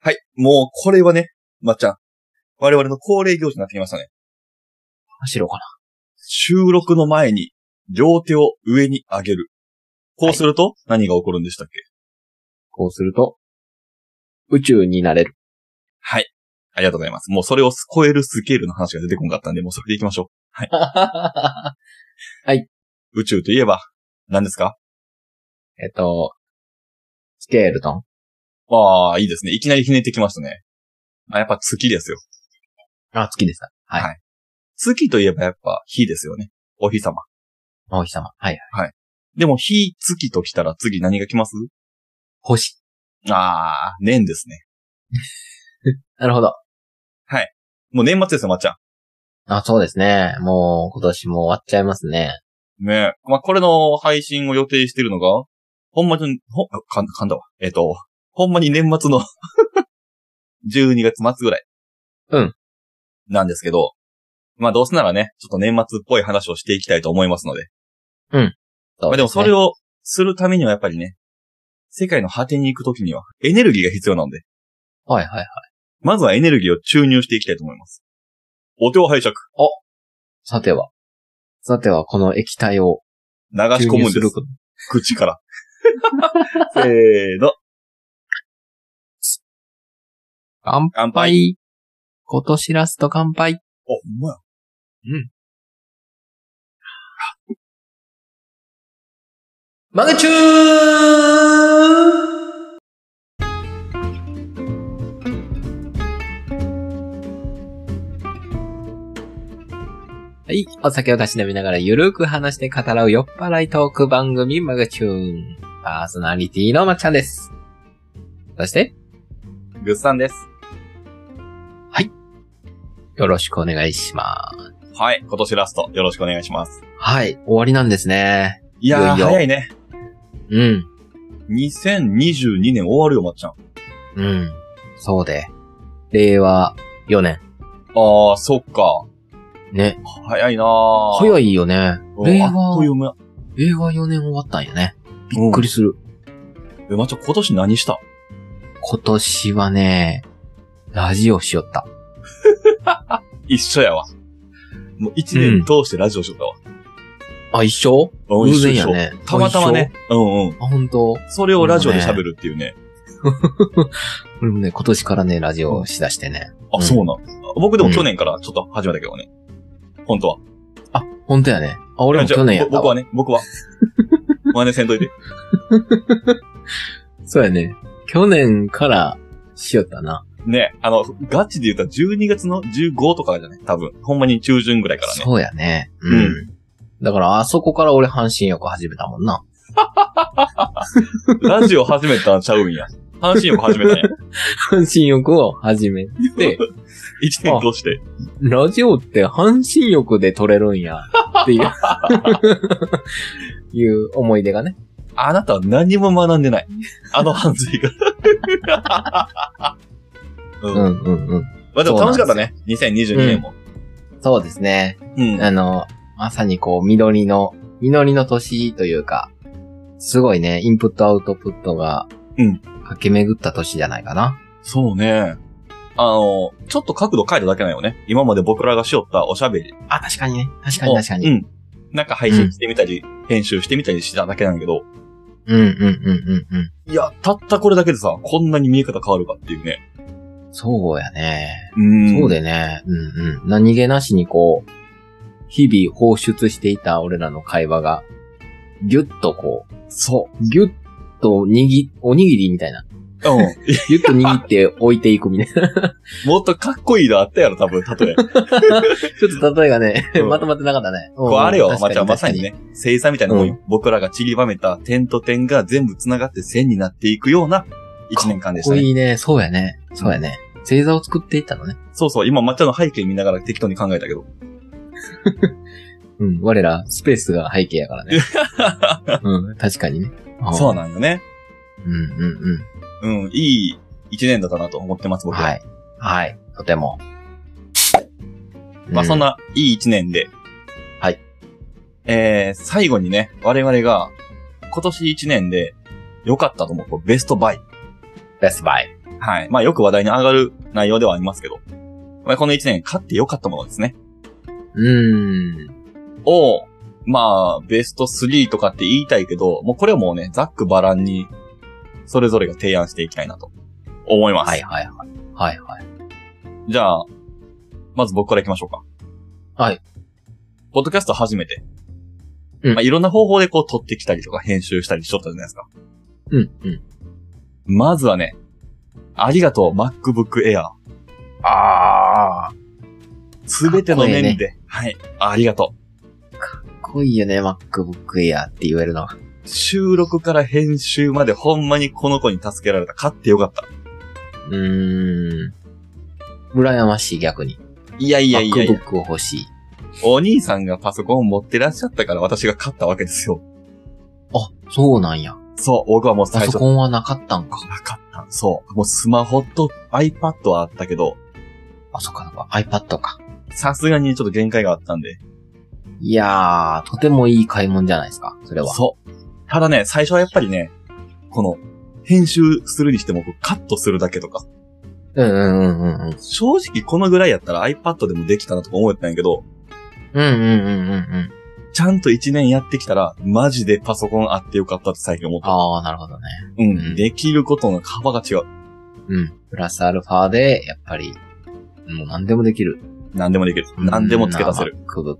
はい。もう、これはね、まっちゃん。我々の恒例行事になってきましたね。走ろうかな。収録の前に、両手を上に上げる。こうすると、何が起こるんでしたっけ、こうすると、宇宙にな れる。ありがとうございます。もうそれを超えるスケールの話が出てこなかったんで、もうそれで行きましょう。宇宙といえば、何ですかえっと、スケールトン。ああ、いいですね。いきなりひねってきましたね。あ、やっぱ月ですよ。あ、月でした。はい。はい月といえばやっぱ火ですよね。お日様。お日様。はい。でも火、月と来たら次何が来ます星。ああ、年ですね。なるほど。もう年末ですよ、まっちゃあ、そうですね。もう、今年も終わっちゃいますね。ん。ねえ。まあ、これの配信を予定してるのが、ほんまに、ほ、あかん噛んだわ。えっ、と、ほんまに年末の、12月末ぐらい。うん。なんですけど、まあ、どうせならね、ちょっと年末っぽい話をしていきたいと思いますので。そうまあでもそれを。をするためにはやっぱりね、世界の果てに行くときにはエネルギーが必要なので、はいはいはい。まずはエネルギーを注入していきたいと思います。お手を拝借。さては。さては、この液体を流し込むん入でする。こ口から。 せーの。乾乾杯。杯。今年ラスト乾杯。お、うまや。マグチューはい。お酒を出し飲みながらゆるく話して語らう酔っ払いトーク番組マグチューン。パーソナリティのまっちゃんです。そして、ぐっさんです。よろしくお願いします。はい。今年ラスト、よろしくお願いします。はい。終わりなんですね。いやー、いよいよ早いね。うん。 2022年終わるよ、まっちゃん。うん。そうで。令和4年。あー、そっか。ね。早いなー。早い。いよね。令あっとい和、う間。令和4年終わったんやね。びびっくりする。え、まっちゃん、今年何した今年はね、ラジオしよった。一緒やわ。もう一年通してラジオしよったわ。あ、一緒うん偶一緒然やね。たまたまね。うんうん。あ。一緒あ、本当。それをラジオで喋るっていうね。俺もね、今年からね、ラジオしだしてね。あ、そうなん。僕でも去年からちょっと始めたけどね。本当は。あ、本当やね。あ、俺あもじゃあ去年やっぼた僕はわ。ね、僕 は。真似せんといて。そうやね。去年からしよったな。ね、あの、ガチで言ったら12月の15とかじゃない多分。ほんまに中旬ぐらいからね。そうやね。うん。だから、あそこから俺半身浴始めたもんな。ラジオ始めたんちゃうんや。半身浴始めたん や。半身浴を始めて、 一年通して。ラジオって半身浴で撮れるんや、っていう、 いう思い出がね。あなたは何も学んでない。あの犯罪が。ううんんうんうん。 まあでも楽しかったね。2022年も。そうですね。うん。あの、まさにこう、緑の、実りの年というか、すごいね、インプットアウトプットが、うん駆け巡った年じゃないかな。そうね。あの、ちょっと角度変えただけなんよね。今まで僕らがしよったおしゃべりを。あ、確かにね。確かに確かうに。ん。なんか配信してみたり、編集してみたりしただけなんだけど、うんうんうんうんうん。いや、たったこれだけでさ、こんなに見え方変わるかっていうね。そうやね。うんそう。でね。うんうん。何気なしにこう、日々放出していた俺らの会話が、ぎゅっとこう、そぎゅっと握、おにぎりみたいな。う。うん。ぎゅっと握って置いていくみたい な。もっとかっこいいのあったやろ、多分、 例え。ちょっと例えがね、うんまとまってなかったね。こうあれよ、まあ、じゃあまさにねね、星座みたいなもんよ、う僕らが散りばめた点と点が全部繋がって線になっていくような一年間でしかたっこね。いいね。そうやね。そうやね。星座を作っていったのね。そうそう、今抹茶の背景見ながら適当に考えたけど。うん。我ら、スペースが背景やから ね。うん。確かにね。そうう。なんよね。うんうんうん、いい一年だったなと思ってます、うん。僕は。はい。はい。とても。まあ、そんな。な、いい一年で。はい。えー、最後にね、我々が、今年一年で、良かったと思う、ベストバイ。ベストバイ。はい。まあよく話題に上がる内容ではありますけど。まあこの1年買ってよかったものですね。うーん。を、まあ、ベスト3とかって言いたいけど、もうこれはもうね、ざっくばらんに、それぞれが提案していきたいなと、思います。はいはいはい。はいはい。じゃあ、まず僕から行きましょうか。はい。ポッドキャスト初めて。うんまあ、いろんな方法でこう撮ってきたりとか編集したりしとったじゃないですか。うんうん。まずはね、ありがとう MacBook Air。ああ。すべての面で、はい。ありがと濃いよね、MacBook Air って言えるのは。う。収録から編集までほんまにこの子に助けられた。買ってよかった。うーん。羨ましい逆に。いやいやいやいや。 MacBook を欲しい。お兄さんがパソコンを持ってらっしゃったから私が買ったわけですよ。あ、そうなんや。そう、僕はもうパ最ソ初コンはなかったんか。なかった。そう。もうスマホと iPad はあったけど、あ、そっかそっか。iPad か。さすがにちょっと限界があったんで。いやー、とてもいい買い物じゃないですか。それは。そう。ただね、最初はやっぱりね、この、編集するにしても、こうカットするだけとか、うんうんうんうんうん。正直このぐらいやったら iPad でもできたなとか思ってたんやけど、うんうんうんうんうん。ちゃんと1年やってきたら、マジでパソコンあってよかったって最近思った。あー、なるほどね。ううんん。できることの幅が違う。うん。プラスアルファで、やっぱり、もう何でもできる。何でもできる。何でも付け足せる。うん。MacBook Air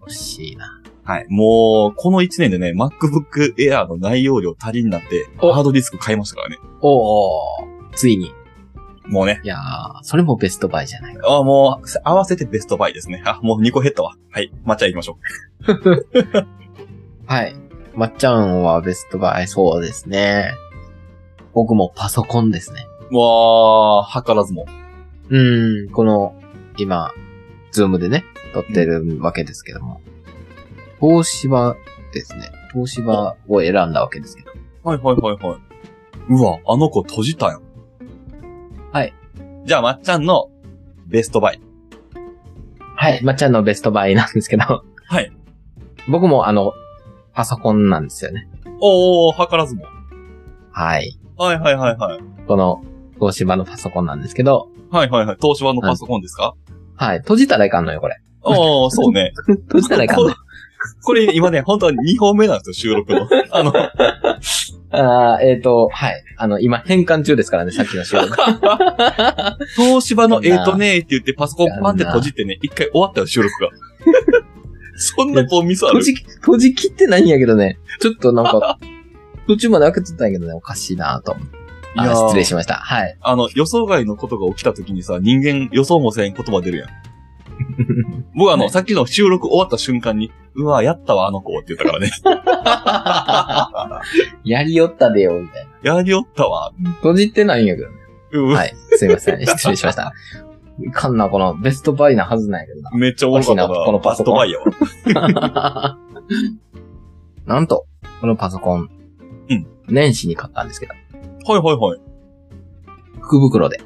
欲しいな。はい。もう、この1年でね、MacBook Air の内容量足りになって、おハードディスク買いましたからね。おー、ついに。もうね。いやー、それもベストバイじゃない。あもう、合わせてベストバイですね。あ、もう2個減ったわ。はい。抹茶行きましょう。はい。まっちゃんはベストバイ、そうですね。僕もパソコンですね。わー、計らずも。うん、この、今、ズームでね、撮ってるわけですけども。東芝ですね。東芝を選んだわけですけど。はいはいはいはい。うわ、あの子閉じたやん。はい。じゃあ、まっちゃんのベストバイ。はい、まっちゃんのベストバイなんですけど。はい。僕もあの、パソコンなんですよね。おー、計らずも。はい。はいはいはいはい。この、東芝のパソコンなんですけど。はいはいはい。東芝のパソコンですか、はい。閉じたらいかんのよ、これ。おー、そう ね。閉じたらいかん のよ。これ今ね、本当は2本目なんですよ、収録の。あの、あーえっ、と、はい。あの、今変換中ですからね、さっきの仕事。東芝のいやえなっとねーって言ってパソコンパンって閉じてね、一回終わったよ、収録が。 そんなこうミスある閉じ、閉じ切ってないんやけど ね。ちょっとなんか、途中まで開けとったんやけどね、おかしいなぁと思って。いやあー失礼しました。はい。 あの、予想外のことが起きた時にさ、人間予想もせん言葉出るやん。僕あの、ねさっきの収録終わった瞬間に、うわ、やったわ、あの子って言ったからね。 やりよったでよ、みたいな。やりおったわ。閉じてないんやけどね。うんはい。すい ません。失礼しました。いかんな、このベストバイなはずなんやけどな。めっちゃ面白かった欲しいな。なこのパソコンバッドバイヤーは。なんと、このパソコン。うん年始に買ったんですけど、はいはいはい。福袋で。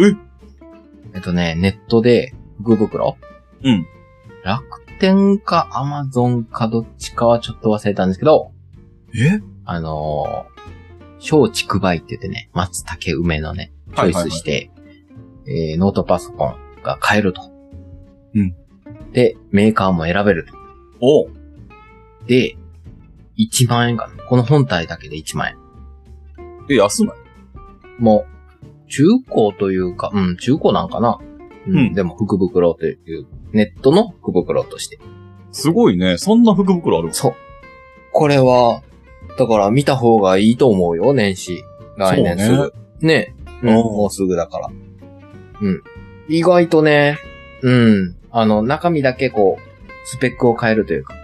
ええっとね、ネットで、福袋うん。楽天かアマゾンかどっちかはちょっと忘れたんですけど、えあのー、松竹梅って言ってね、松竹梅のね、チョイスして、えーノートパソコンが買えると。うん。で、メーカーも選べると。おうで、1万円かな。この本体だけで1万円。え、安ないもう、中古というか、うん、中古なんかな。うん、うんでも福袋という、ネットの福袋として。すごいね。そんな福袋あるそう。これは、だから見た方がいいと思うよ、年始。来年すそうぐ。ねうん、うんもうすぐだから。うん。意外とね、うん。あの、中身だけこう、スペックを変えるというか。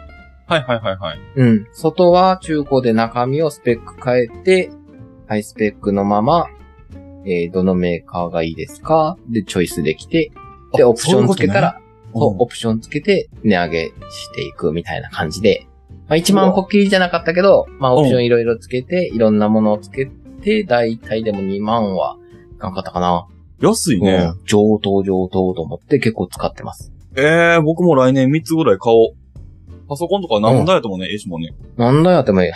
はいはいはいはい。うん。外は中古で中身をスペック変えて、ハイスペックのまま、えー、どのメーカーがいいですかで、チョイスできて、で、あオプションつけたら、、そそいううう、こオプションつけて値上げしていくみたいな感じで、まあ1万こっきりじゃなかったけど、まあオプションいろいろつけて、いろんなものをつけて、だいたいでも2万はいかんかったかな。とね安いね。うん上等上等と思って結構使ってます。えー、僕も来年3つぐらい買おう。パソコンとかなんだやともね、ええしもね。なんだよってもいい。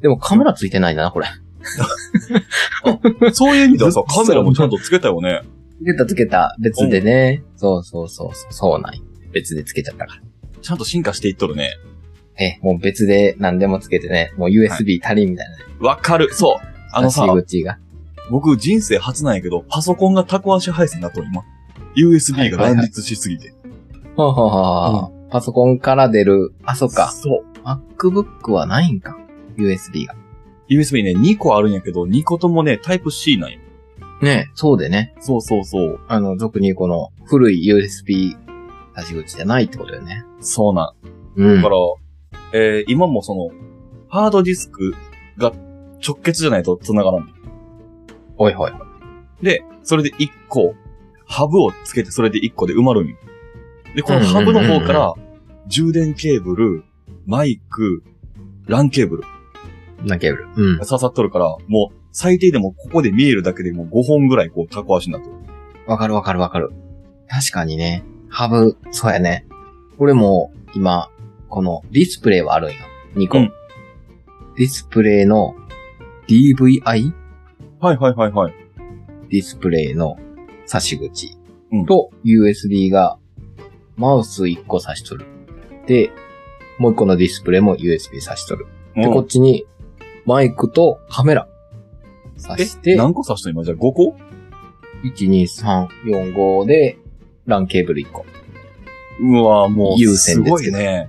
でもカメラついてないんだな、これ。 そういう意味ではさ、カメラもちゃんとつけたよね。つけたつけた、別でね。そうそうそうそう、そうなんよ別でつけちゃったから。ちゃんと進化していっとるね。え、もう別で何でもつけてね、もう USB 足りんみたいな、ね。わかる。そう。あのさ、差し口が。僕人生初なんやけど、パソコンがタコ足配線だと今。は USB いがはいはい乱立しすぎて。はあはあはあパソコンから出る、あ、そっか。そう。 MacBook はないんか。USB が。 USB ね、2個あるんやけど、2個ともね、タイプ C なんよ。ねそうでね。そうそうそう。あの、俗にこの古い USB 差し口じゃないってことよね。そうなん。うだんか。ら、えー今もその、ハードディスクが直結じゃないと繋がらん。おいおい。で、それで1個、ハブをつけてそれで1個で埋まるんよで、このハブの方かうんら、充電ケーブル、マイク、LAN ケーブルなケーブル。うんが。刺さっとるから、もう最低でもここで見えるだけでもう5本ぐらいこうタコ足になっとる。わかるわかるわかる。確かにね。ハブ、そうやね。俺も今、このディスプレイはあるんよ。2個。うんディスプレイの DVI? はいはいはいはい。ディスプレイの差し口うんと USB がマウス1個差しとる。で、もう1個のディスプレイも USB 差しとる。で、こっちにマイクとカメラ差えして、1、何個刺した今じゃあ5個2、3、4、5で LAN ケーブル1個。うわぁ、もう、有線すでごすけいどね。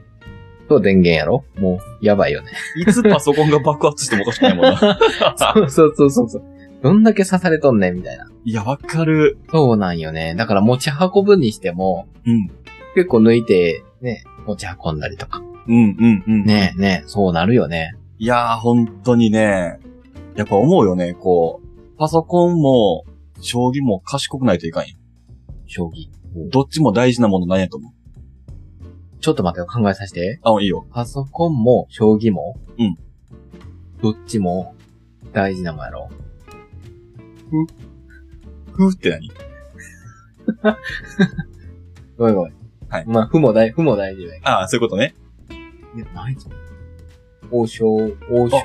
と電源やろもう、やばいよね。 いつパソコンが爆発してもおかしくないもんな。そうそうそうそうそう。どんだけ刺されとんねんみたいな。いや、わかる。そうなんよね。だから持ち運ぶにしても、うん。結構抜いて、ね、持ち運んだりとか。うん、うん、うん。ねえ、ねえ、そうなるよね。いやー、本当にね、やっぱ思うよね、こう、パソコンも、将棋も賢くないといかんよ。将棋。どっちも大事なものなんやと思う。ちょっと待ってよ、考えさせて。あ、いいよ。パソコンも、将棋も。うん。どっちも、大事なもんやろ。ふーって何ごめんごめん。はいまあ、負も大、負も大事だよ。あーそういうことね。いや、ないぞ。王将、王将、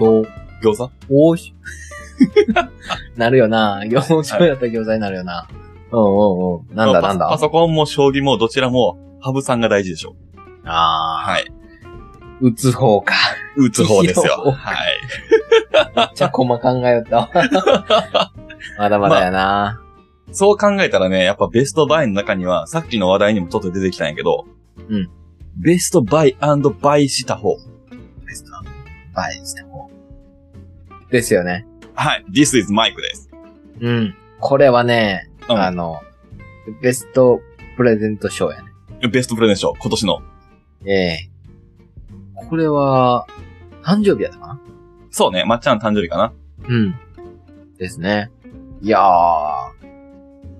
餃子王将。 なるよな。王将やったら餃子になるよな。うんうんうん。なんだパなんだ。パソコンも将棋もどちらも、ハブさんが大事でしょ。ああ、はい。打つ方 か。打つ方ですよ。いいよはい。めっちゃ細考えよったわ。 まだまだやな。そう考えたらね、やっぱベストバイの中には、さっきの話題にもちょっと出てきたんやけど、うん。ベストバイバイした方。ベストバイした方。ですよね。はい。This is Mike です。うん。これはね、うんあの、ベストプレゼント賞やね。ベストプレゼント賞、今年の。ええこれは、誕生日やったかなそうね、まっちゃんの誕生日かな。うん。ですね。いやー、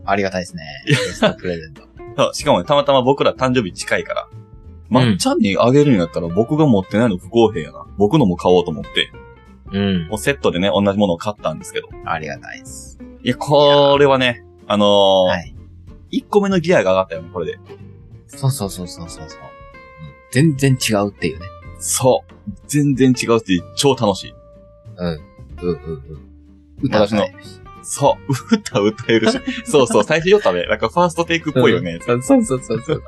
ありがた いですね。ベストプレゼント。そうしかもね、たまたま僕ら誕生日近いから。まっちゃんにあげるんやったら僕が持ってないの不公平やな。僕のも買おうと思って。うん。もうセットでね、同じものを買ったんですけど。ありがたいです。いや、これはね、あのー、はい。 1個目のギアが上がったよね、これで。そうそうそうそうそうそう。うん全然違うっていうね。そう。全然違うし、超楽しい。うんうんうん。歌が入るしそう。 歌歌える し。そうそう。最初酔ったね。なんかファーストテイクっぽいよね。そうそうそうそうそう。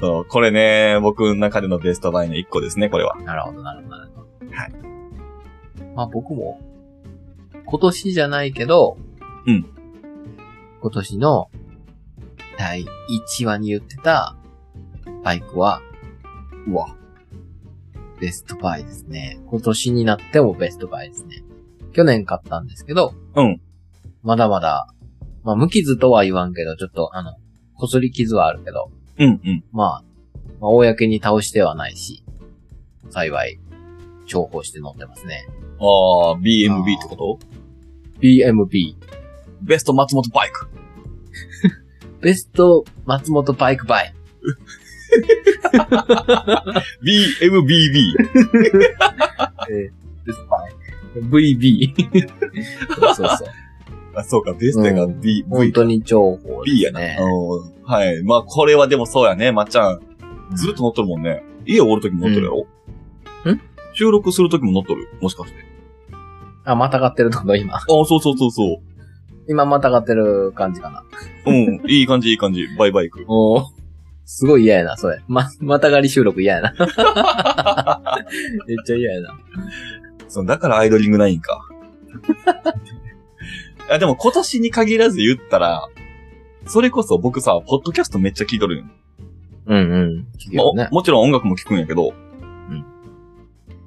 そう。これね、僕の中でのベストバイの一個ですね、これは。なるほど、なるほど、なるほど。はい。まあ僕も、今年じゃないけど、うん。今年の第1話に言ってたバイクは、うわ、ベストバイですね。今年になってもベストバイですね。去年買ったんですけど、うん。まだまだ、まあ無傷とは言わんけど、ちょっとあの、こすり傷はあるけど、うんうん。まあ、まあ、公に倒してはないし、幸い、重宝して乗ってますね。ああ、BMB ってこと BMB、ベスト松本バイク。ベスト松本バイクバイ。 BMBB。ベストバイ。VB。そうそうそう。あ、そうか、ベストがうん B、 本 V 当に重宝 B でやすな。ね。うんはい。まあ、これはでもそうやね、まっちゃん。ずっと乗っとるもんね。家おるときも乗っとるやろうんん収録するときも乗っとる。もしかして。あ、またがってるところ、今。あ、そうそうそうそ今またがってる感じかな。う。 うん。いい感じ、いい感じ。バイバイク。おお。すごい嫌やな、それ。ま、またがり収録嫌や な。めっちゃ嫌やな。そう、だからアイドリングないんか。 いや、でも今年に限らず言ったら、それこそ僕さ、ポッドキャストめっちゃ聞いとるんようんうん。聞けまあるおね。もちろん音楽も聴くんやけど、ん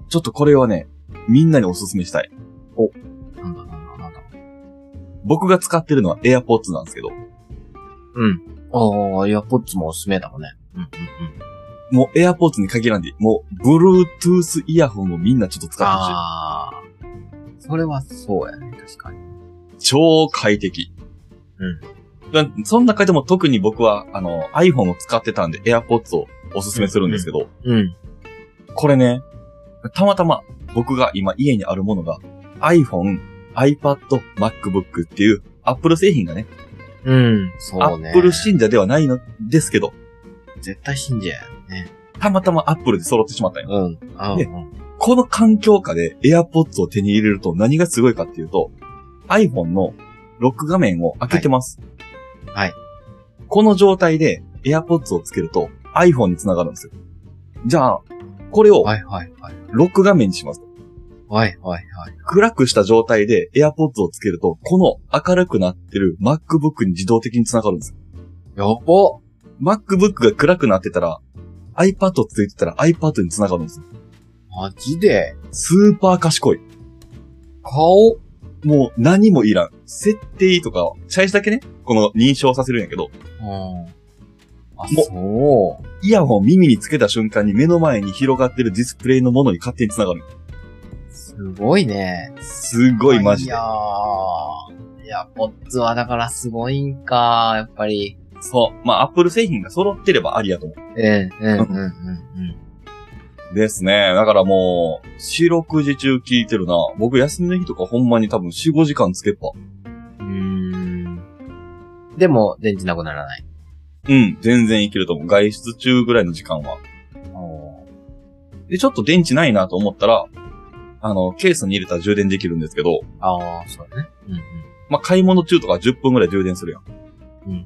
ちょっとこれはね、みんなにおすすめしたい。なんだなんだなんだ。僕が使ってるのは AirPods なんですけど、うん。ああ、いや、ポッツもおすすめだもんね。うんうんうん。もう AirPods に限らんでいい、もう Bluetooth イヤホンをみんなちょっと使ってほしああ。それはそうやね、確かに。い。超快適。うん。その中でも特に僕は、あの、iPhone を使ってたんで AirPods をおすすめするんですけど、うん。これね、たまたま僕が今家にあるものが iPhone、iPad、MacBook っていう Apple 製品がね、うん。アそうね。ップル信者ではないのですけど、絶対信者やね。たまたまアップルで揃ってしまったんよ。うん。あねうんこの環境下で AirPods を手に入れると何がすごいかっていうと、iPhone のロック画面を開けてます。はいはいこの状態で AirPods をつけると iPhone につながるんですよ。じゃあ、これをはいはいはい。ロック画面にします。はいはいはい。暗くした状態で AirPods をつけると、この明るくなってる MacBook に自動的につながるんですよ。やば MacBook が暗くなってたら、iPad ついてたら iPad につながるんですよ。マジでスーパー賢い。顔もう何もいらん。設定とか、チャイスだけね、この認証させるんやけど、うん。あ、もそう。イヤホンを耳につけた瞬間に目の前に広がってるディスプレイのものに勝手に繋がる。すごいね。すごいマジいで。やー。いや、ポッツはだからすごいんか、やっぱり。そう。まあ、アップル製品が揃ってればありやと思うん、うん、ううん、んうん、うん。う。ですね。だからもう、四六時中聞いてるな。僕休みの日とかほんまに多分四五時間つけっぱ。うーん。でも、電池なくならない。うん、全然いけると思う。外出中ぐらいの時間は。おで、ちょっと電池ないなと思ったら、あの、ケースに入れたら充電できるんですけど、ああ、そうだね。うん、うん。まあ、買い物中とか10分ぐらい充電するやん。うん。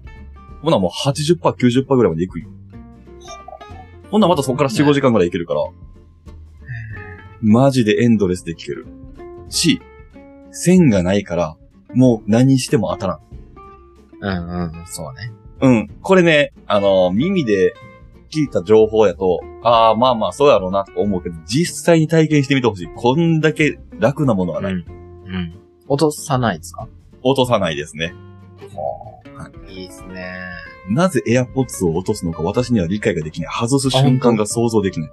ほなもう80%、90%ぐらいまでいくよ。ほなまたそこから4、5時間ぐらいいけるから。マジでエンドレスで聞ける。し、線がないから、もう何しても当たらん。うん、うん、そうね。うん。これね、あの耳で聞いた情報やと、ああ、まあまあ、そうやろうな、と思うけど、実際に体験してみてほしい。こんだけ楽なものはうん。ない。うん。落とさないですか落とさないですね。はあ。いいですね。なぜ AirPods を落とすのか私には理解ができない。外す瞬間が想像できない。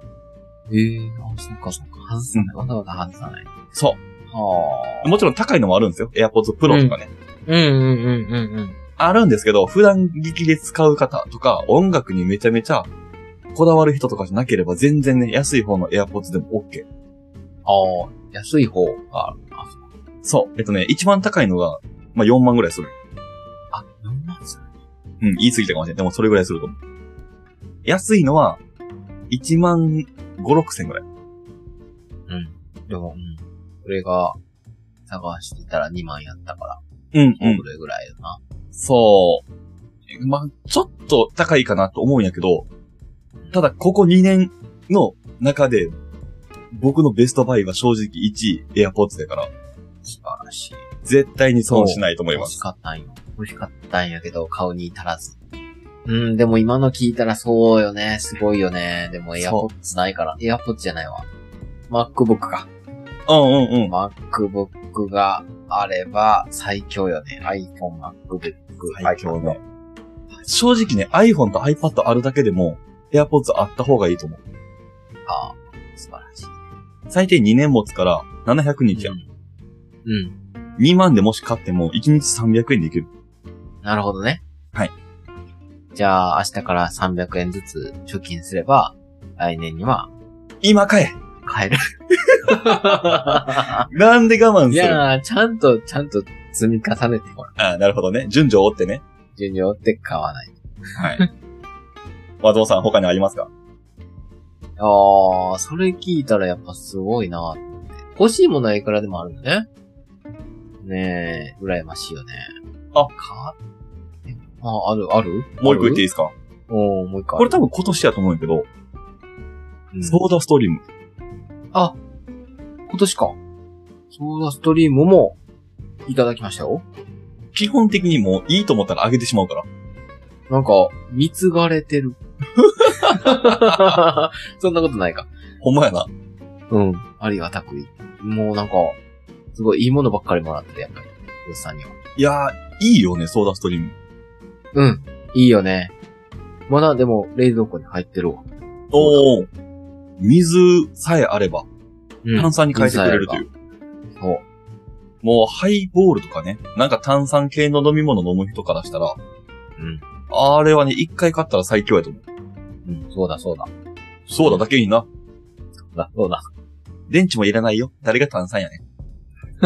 ええあ、そっかそっか。外さない。わざわざ外さない。そはう。もちろん高いのもあるんですよ。AirPods Pro とかね。うん、うん、うん、うん、うん。あるんですけど、普段聞きで使う方とか、音楽にめちゃめちゃこだわる人とかじゃなければ、全然ね、安い方の AirPods でも OK。ああ、安い方が、あ、そうそう。えっとね、一番高いのが、まあ、4万ぐらいする。あ、4万するうん、言い過ぎたかもしれない。でもそれぐらいすると思う。安いのは、1万5、6千ぐらい。うん。でも、うん。それが、探してたら2万やったから、うん、うそ。れぐらいよな。そう。まあ、ちょっと高いかなと思うんやけど、ただここ2年の中で、僕のベストバイは正直1位、AirPods だから、素晴らしい。絶対に損しないと思いま欲しす。かったんよ。欲しかったんやけど、顔に足らず。うん、でも今の聞いたらそうよね。すごいよね。でもそ AirPods ないから。AirPods じゃないわ。MacBook か。うんうんうん。 MacBook があれば最強よね。iPhone、MacBook、最強ね。正直ね、iPhone と iPad あるだけでも、AirPods あった方がいいと思う。ああ、素晴らしい。最低2年持つから、700日や。うん。うん。 2万でもし買っても、1日300円でいける。なるほどね。はい。じゃあ、明日から300円ずつ貯金すれば、来年には今買え買 える。なんで我慢いするやー、ちゃんと、ちゃんと積み重ねて、ほら、あなるほどね。順序を追ってね。順序を追って買わない。はい。 松本さん、他にありますかあー、それ聞いたらやっぱすごいなーって欲しいものはいくらでもあるんだね。ね。羨ましいよね。あかえあ、ある、あるもう一個言っていいでいすかおーもう一個あこる。れ多分今年やと思うんやけど、うんソーダストリーム。今年か。ソーダストリームも、いただきましたよ。基本的にもういいと思ったら上げてしまうから。なんか、貢がれ てる。 そんなことないか。ほんまやな。うん。ありがたく。もうなんか、すごいいいものばっかりもらってる、やっぱり。おっさんには。いやー、いいよね、ソーダストリーム。うん。いいよね。まだでも、冷蔵庫に入ってるわ。おー。水さえあれば、う炭酸に変えてくれるという。そう。もうハイボールとかね、なんか炭酸系の飲み物飲む人からしたら、うん。あれはね、一回買ったら最強やと思う。うん、そうだ、そうだ。そうだだけにな。そうだ、そうだ。電池もいらないよ。誰が炭酸やねん。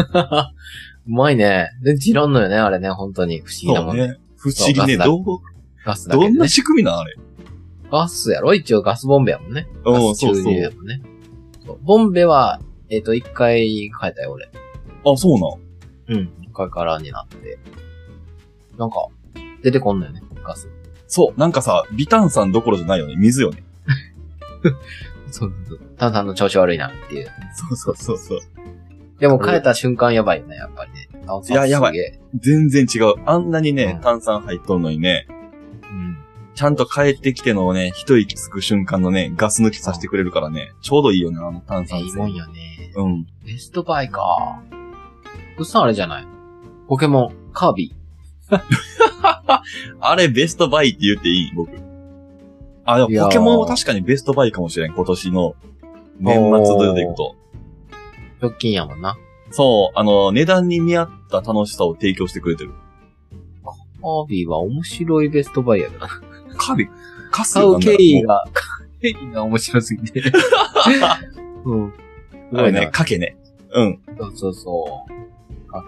うまいね。電池いらんのよね、あれね、本当に。不思議なもんね。ね。不思議ね。そうガスだどう、ガスだけどでんねな。仕組みなんあれ。ガスやろ一応ガスボンベやもんね。ガうん、スそう注そ入やう。もんね。そうボンベは、えっ、と、一回変えたよ、俺。あ、そうなん。うん。一回からになって。なんか、出てこんのよね、ガス。そう。なんかさ、微炭酸どころじゃないよね。水よね。そうそうそう。炭酸の調子悪いなっていう。そうそうそうそう。でも変えた瞬間やばいよね、やっぱりね。炭酸すげえいややばい。全然違う。あんなにね、うん炭酸入っとんのにね、うん。ちゃんと帰ってきてのね、一息つく瞬間のね、ガス抜きさせてくれるからね、ちょうどいいよね、あの炭酸いい性もんよね。うん。ベストバイか。うっさんあれじゃないポケモン、カービィ。あれ、ベストバイって言っていい僕。あ、いでやもーポケモンは確かにベストバイかもしれん、今年の年末度でいくと。直近やもんな。そう、あの、値段に見合った楽しさを提供してくれてる。カービィは面白いベストバイやけどな。カビ、カス買なうだん経よ緯もが、経緯が面白すぎて。 うん。うすあごれいなね、かけね。うん。そうそうそう。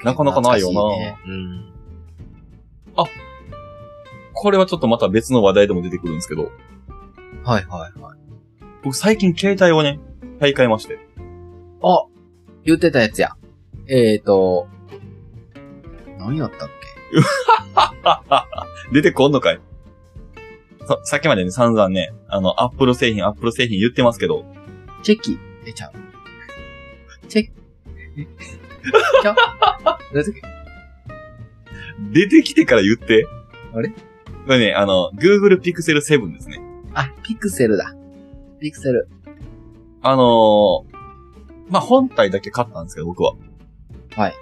なかなかないよな懐かしねうん。これはちょっとまた別の話題でも出てくるんですけど、はいはいはい。僕最近携帯をね、買い替えまして。あ言ってたやつや。えーと、何やったっ出てこんのかいさ、さっきまでね、散々ね、あの、アップル製品、アップル製品言ってますけど、けチェキえ、ちゃう。チェキ、え、ちゃう何やったっけ出てきてから言って。あれこれね、あの、Google Pixel 7ですね。あ、ピクセルだ。ピクセル。あのーまあ、本体だけ買ったんですけど、僕は。はい。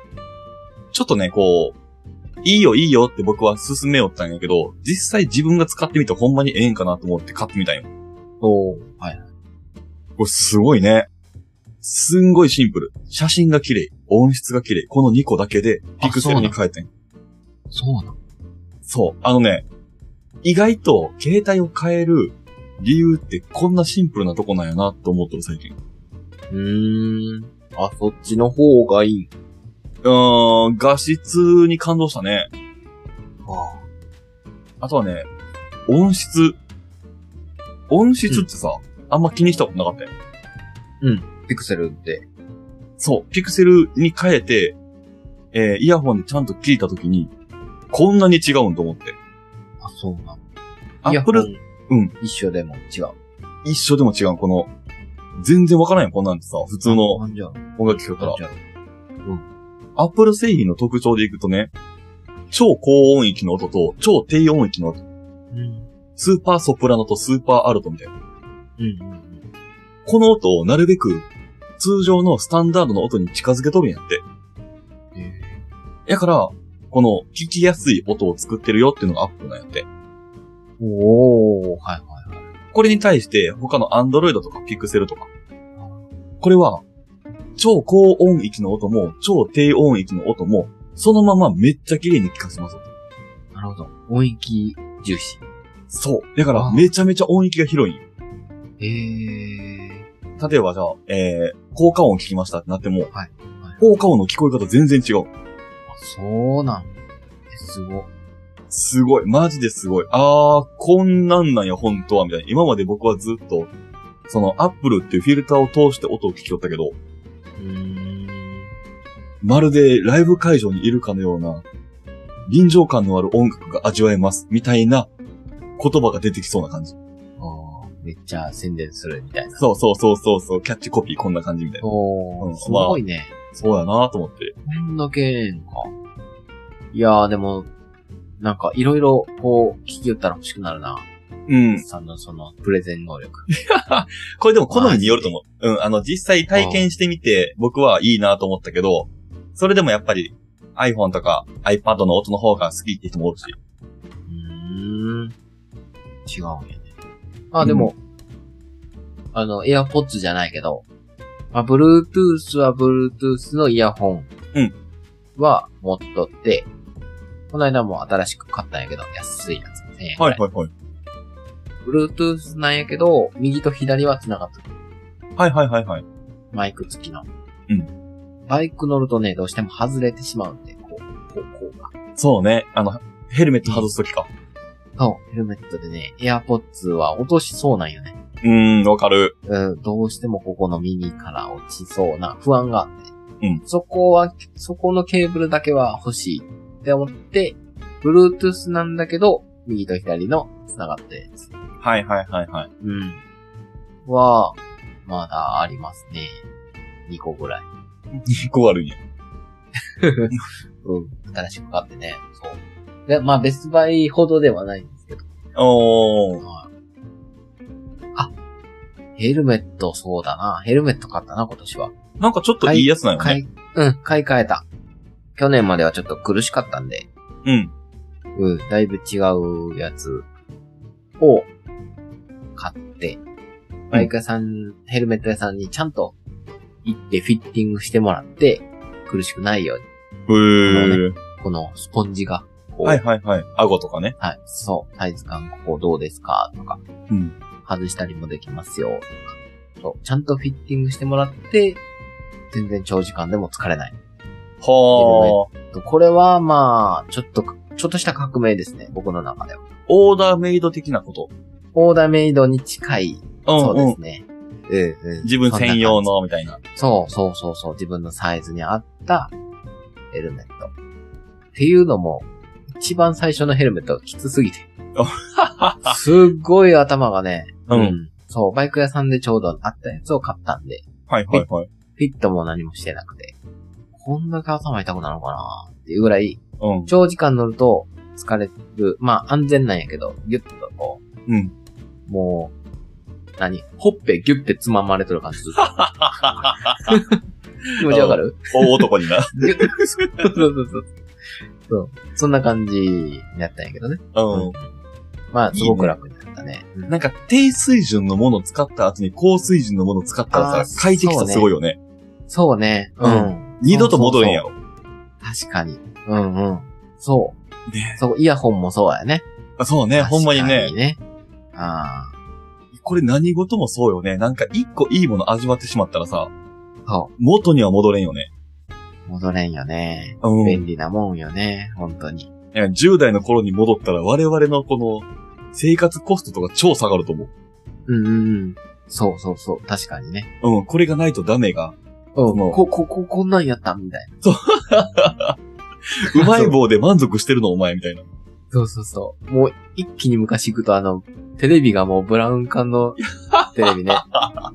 ちょっとね、こう、いいよいいよって僕は勧めよったんやけど、実際自分が使ってみてほんまにええんかなと思って買ってみたんよ。おー、はい。これすごいね。すんごいシンプル。写真が綺麗、音質が綺麗。この2個だけで、あピクセルに変えてん。そうなのそう。あのね、意外と携帯を変える理由ってこんなシンプルなとこなんやなと思ってる最近。うーん。あ、そっちの方がいい。うーん、画質に感動したね。ああとはね、音質。音質ってさ、あんま気にしたことなかったよ。ピクセルって。そう、ピクセルに変えて、えーイヤホンでちゃんと聞いたときに、こんなに違うんと思って。あ、そうなのアップイルヤホうンん。一緒でも違う。一緒でも違う、この、全然わからんよ、こんなんてさ、普通のなんじゃろ音楽聴くからなん。じゃろアップル製品の特徴でいくとね、超高音域の音と超低音域の音、うん。スーパーソプラノとスーパーアルトみたいな。うんうんうん。この音をなるべく通常のスタンダードの音に近づけとるんやって。えやから、この聞きやすい音を作ってるよっていうのがアップルなんやって。ー、おー、はいはいはい。これに対して他の Android とか Pixel とか。これは、超高音域の音も超低音域の音も、そのままめっちゃ綺麗に聞かせます。なるほど。音域重視。そう。だからあめちゃめちゃ音域が広いんよえー、例えばじゃあ、えー、効果音聞きましたってなっても、はい効果音の聞こえ方全然違う。あそうなんえ、すご。すごい。マジですごい。あー、こんなんなんや、本当は、みたいな。今まで僕はずっと、その、アップルっていうフィルターを通して音を聞きよったけど、うーん。まるでライブ会場にいるかのような、臨場感のある音楽が味わえます、みたいな言葉が出てきそうな感じ。あーめっちゃ宣伝するみたいな。そうそうそうそうそう、キャッチコピーこんな感じみたいな。おうー、んすごいね。そうやなと思って。こんだけか。いやーでも、なんかいろいろこう、聞き寄ったら欲しくなるな。うん。さんのその、プレゼン能力。これでも好みによると思う。うん、あの、実際体験してみて、僕はいいなと思ったけど、それでもやっぱり iPhone とか iPad の音の方が好きって人もおるし。うーん。違うんやね。まあでも、あの、AirPods じゃないけど、まあ、Bluetooth は Bluetooth のイヤホンうんは持っとって、この間も新しく買ったんやけど、安いやつ1000円ぐらはいはいはい。 Bluetooth なんやけど、右と左は繋がってる。はいはいはいはい。マイク付きの。。うんバイク乗るとね、どうしても外れてしまうんで、こう、こう、こうが。そうね。あの、ヘルメット外すときか。そう、ヘルメットでね、AirPods は落としそうなんよね。うーん、わかる。うん、どうしてもここの耳から落ちそうな不安があって。うんそこは、そこのケーブルだけは欲しいって思って、Bluetooth なんだけど、右と左の繋がったやつ。はいはいはいはい。うん。は、まだありますね。2個ぐらい。結構悪いね。うん。新しく買ってね。そう。で、まあ、ベストバイほどではないんですけど。おー。あ、ヘルメット、そうだな。ヘルメット買ったな、今年は。なんかちょっといいやつなんよね。買い、うん、買い替えた。去年まではちょっと苦しかったんで、うん。うん、だいぶ違うやつを買って、バイク屋さん、ヘルメット屋さんにちゃんと行ってフィッティングしてもらって、苦しくないように、へー。このスポンジが、こう、はいはいはい。顎とかね。はい、そう、サイズ感ここどうですかとか、うん。外したりもできますよ、とか、そうちゃんとフィッティングしてもらって、全然長時間でも疲れない。はー。とこれはまあ、ちょっと、ちょっとした革命ですね、僕の中では。オーダーメイド的なこと。オーダーメイドに近い、うん、そうでうんす。ね。うんうん自分専用。の、みたいな。そうそうそうそう、自分のサイズに合ったヘルメット。っていうのも、一番最初のヘルメットきつすぎて。 すっごい頭がね、うんそう、バイク屋さんでちょうどあったやつを買ったんで、はいはいはい。フィットも何もしてなくて、こんだけ頭痛くなるのかなっていうぐらい、うん。長時間乗ると疲れる。まあ安全なんやけど、ギュッとこうん。う、もう、何ほっぺギュッてつままれとる 感じ ずっと。気持ちわかる大男 にな。ギュッそうそうそうそう。そんな感じになったんやけどね。うまあ、すごく楽になったね。うんん。なんか、低水準のものを使った後に高水準のものを使ったらあさー、快適さすごいよね。そうね。ううんん。二度と戻れんやろ。確かに。うんうん。そう。ねそう、イヤホンもそうやね。あそうね、ほんまに確かね。ね。あこれ何事もそうよね。なんか一個いいもの味わってしまったらさ、あ、そ元には戻れんよね。う。戻れんよね。うん。便利なもんよね。本当に。いや10代の頃に戻ったら我々のこの生活コストとか超下がると思う。うんうんうん。そうそうそう。確かにね。うん、これがないとダメ が。うもうこ、こ、こ、こんなんやったみたいな。うまい棒で満足してるのお前みたいな。そうそうそう。もう、一気に昔行くと、あの、テレビがもうブラウン管のテレビ ね。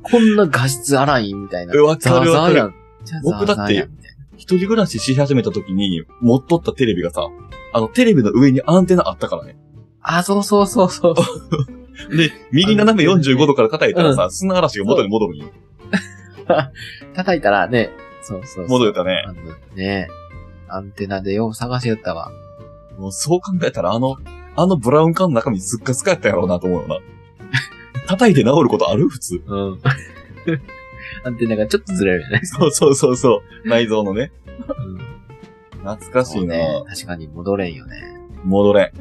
こんな画質荒いみたいな。わザかーるザわかーやる。ん。じゃあ僕だってザーザーやんみたいな一人暮らしし始めた時に持っとったテレビがさ、あのテレビの上にアンテナあったからね。あ、そうそうそう そう。で、右斜め45度から叩いたらさ、砂嵐が元に戻るんよ。叩いたらね、そうそうそう。戻れたね。あのねアンテナでよう探しよったわ。もうそう考えたらあの、あのブラウン管の中身すっかすかやったやろうなと思うよ な。叩いて治ることある普通。うん。 アンテナがちょっとずれるよね。そうそうそうそう。内臓のね。懐かしそいうな、ね。確かに戻れんよね。戻れん。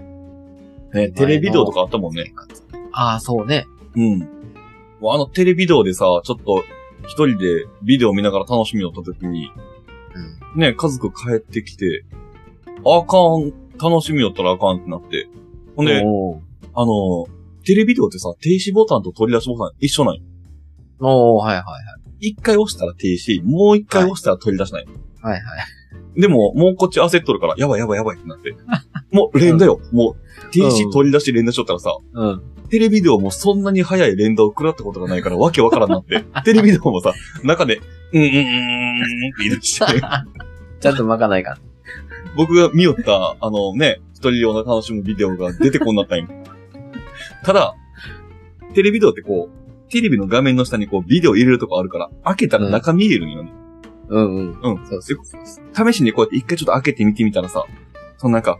ね、のテレビ動とかあったもんね。ああ、そうね。うん。もうあのテレビ動でさ、ちょっと一人でビデオ見ながら楽しみをった時に、うん。ね、家族帰ってきて、あかん、楽しみよったらあかんってなって。ほんで、おーあの、テレビ動ってさ、停止ボタンと取り出しボタン一緒なんよ。おーはいはいはい。一回押したら停止、もう一回押したら取り出しない。はいはい。でも、もうこっち焦っとるから、やばいやばいやばいってなって。もう連打よ。もう、停止取り出して連打しとったらさ、 うん。テレビではもうそんなに早い連打を食らったことがないからわけわからんな って。テレビではもうさ、中で、うんうんうんうんうんって言い出して、ちゃんと巻かないから。 僕が見よった、あのね、一人用の楽しむビデオが出てこんなったんよ。ただ、テレビデオってこう、テレビの画面の下にこうビデオ入れるとこあるから、開けたら中見えるんよね。うんうん。うん。そうそうそうそう。試しにこうやって一回ちょっと開けて見てみたらさ、そのなんか、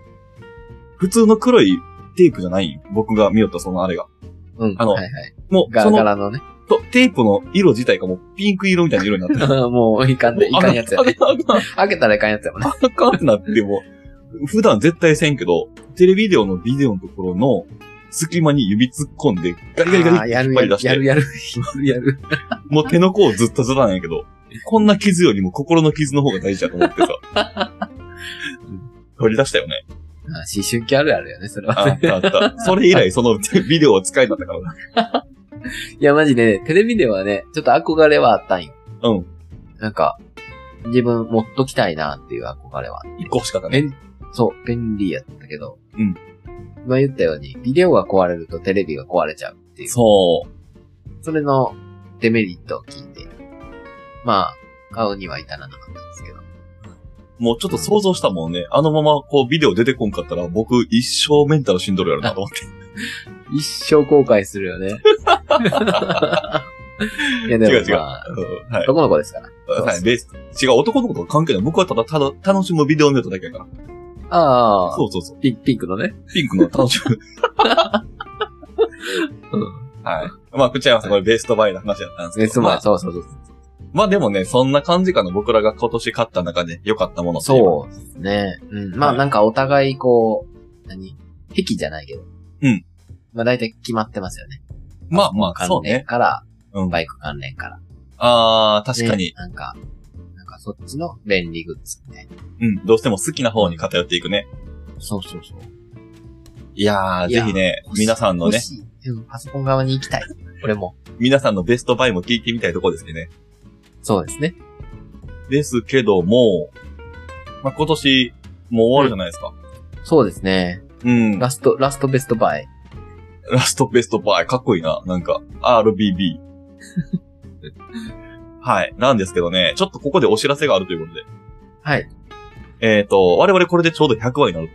普通の黒いテープじゃないん僕が見よったそのあれが。うん。あのはいはい。もう、ガそのラガラのね。 とテープの色自体がもうピンク色みたいな色になってる。もういかんで、いかんやつやね。 あかんあ開けたらいかんやつやもんね。かんあかんってなっても、普段絶対せんけど、テレビデオのビデオのところの隙間に引っ突っ込んで、ガリガリガあーリ、やる引っや張り出るしてやるやる。やるもう手の甲をずっとずらなんやけど、こんな傷よりも心の傷の方が大事だと思ってさ。 取り出したよね。あー思春期あるあるよね、それは。あったあった。それ以来そのビデオを使いになったからな。 いや、マジでね、テレビではね、ちょっと憧れはあったんよ。うん。なんか、自分持っときたいなっていう憧れは。一個欲しかったね。えそう、便利やったけど。うん。今言ったように、ビデオが壊れるとテレビが壊れちゃうっていう。そう。それのデメリットを聞いて。まあ、買うには至らなかったんですけど。もうちょっと想像したもんね。あのままこうビデオ出てこんかったら僕一生メンタルしんどるやろなと思って。一生後悔するよね。 いや、でも、違う違うまあ、うんはい。男の子ですから。はい、別違う、男の子とは関係ない。僕はただ、ただ、楽しむビデオを見よっただけやから。ああ、そうそうそう。ピピンクのね。ピンクの楽しむ。うん。 はい。まあ、口山さん、これベストバイの話だったんですけえ、ど。すままん、あ、そうそうそう。まあでもね、そんな感じかな。僕らが今年買った中で良かったものっていそうですね。うん。まあはいなんかお互いこう、何癖じゃないけど。うん。まあ大体決まってますよね。まあまあ、関そう連ね。から、うんバイク関連から。ああ、確かねに。なんか、なんかそっちの便利グッズみたいな。うん。どうしても好きな方に偏っていくね。そうそうそう。いやー、いやぜひね、皆さんのね欲、しい。うん、パソコン側に行きたい。俺も。皆さんのベストバイも聞いてみたいところですけどね。そうですね。ですけども、まあ、今年、もう終わるじゃないですか。そうですね。うん。ララスト、ラストベストバイ。ストベストバイ、かっこいいな。なんか、RBB。はい。なんですけどね、ちょっとここでお知らせがあるということで。はい。えっ、と、我々これでちょうど100話になる。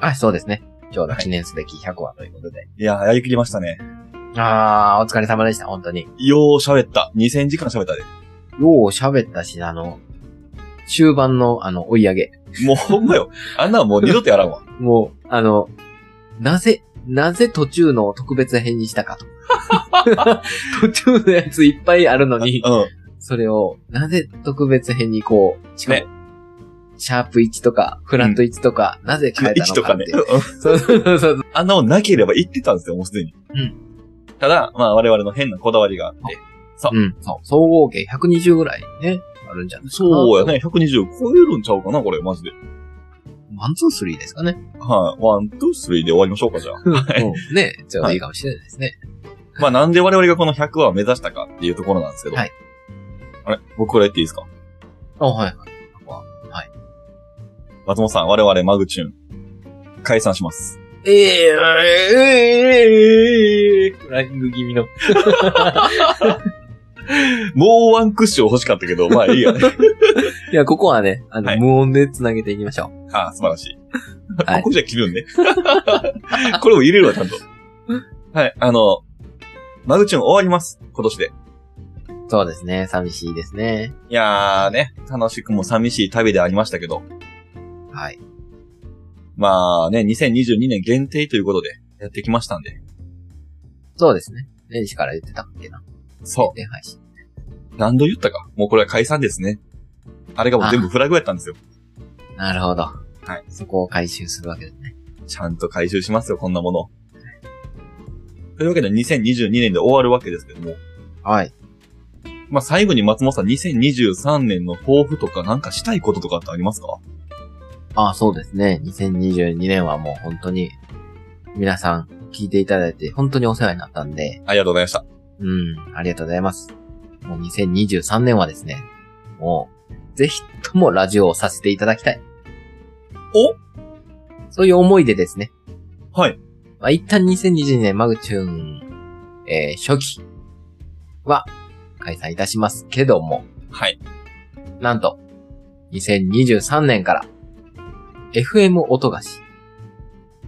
あ、そうですね。ちょうど記念すべき100話ということで。いやー、やりきりましたね。あー、お疲れ様でした、本当に。よう喋った。2000時間喋ったで。よう喋ったし、あの、終盤の、あの、追い上げ。もうほんまよ。あんなんもう二度とやらん わ。もう、あの、なぜ、なぜ途中の特別編にしたかと。途中のやついっぱいあるのに、うん。それを、なぜ特別編にこう、しかも、ねシャープ1とか、フラット1とか、なぜ変えた1のとかかっねていう。。そうそうそうそう。あんなもんなければ言ってたんですよ、もうすでに。うんただ、まあ我々の変なこだわりがあって。うん、そう。総合計120ぐらいね、あるんじゃないかな。そうや。ね、120超えるんちゃうかな、これ、マジで。ワン、ツー、スリーですかね。はい。ワン、ツー、スリーで終わりましょうか、じゃあ。 うんね、ちょうどいいかもしれないですね。まあなんで我々がこの100話を目指したかっていうところなんですけど。はい。あれ僕から言っていいですかあ、はいはい。松本さん、我々マグチューン、解散します。ええええええフライング気味の。もうワンクッション欲しかったけど、まあいいや ね。いや、ここはね、あの、はい無音で繋げていきましょう。ああ、素晴らしい。はいここじゃ切るんね。 これも入れるわ、ちゃんと。はい、あの、マグチューン終わります。今年で。そうですね、寂しいですね。いやーね、楽しくも寂しい旅でありましたけど、はい。まあね、2022年限定ということでやってきましたんで。そうですね。年始から言ってたっけな。そ限定配信。う。何度言ったか。もうこれは解散ですね。あれがもう全部フラグやったんですよ。なるほど。はい。そこを回収するわけですね。ちゃんと回収しますよ、こんなもの。というわけで2022年で終わるわけですけども。はい。まあ最後に松本さん、2023年の抱負とかなんかしたいこととかってありますかあ、そうですね。2022年はもう本当に、皆さん聞いていただいて、本当にお世話になったんで、ありがとうございました。うん、ありがとうございます。もう2023年はですね、もう、ぜひともラジオをさせていただきたい。おそういう思いでですね。はい。まあ、一旦2022年マグチューン、えー初期は開催いたしますけども、はい。なんと、2023年から、FM 音菓子、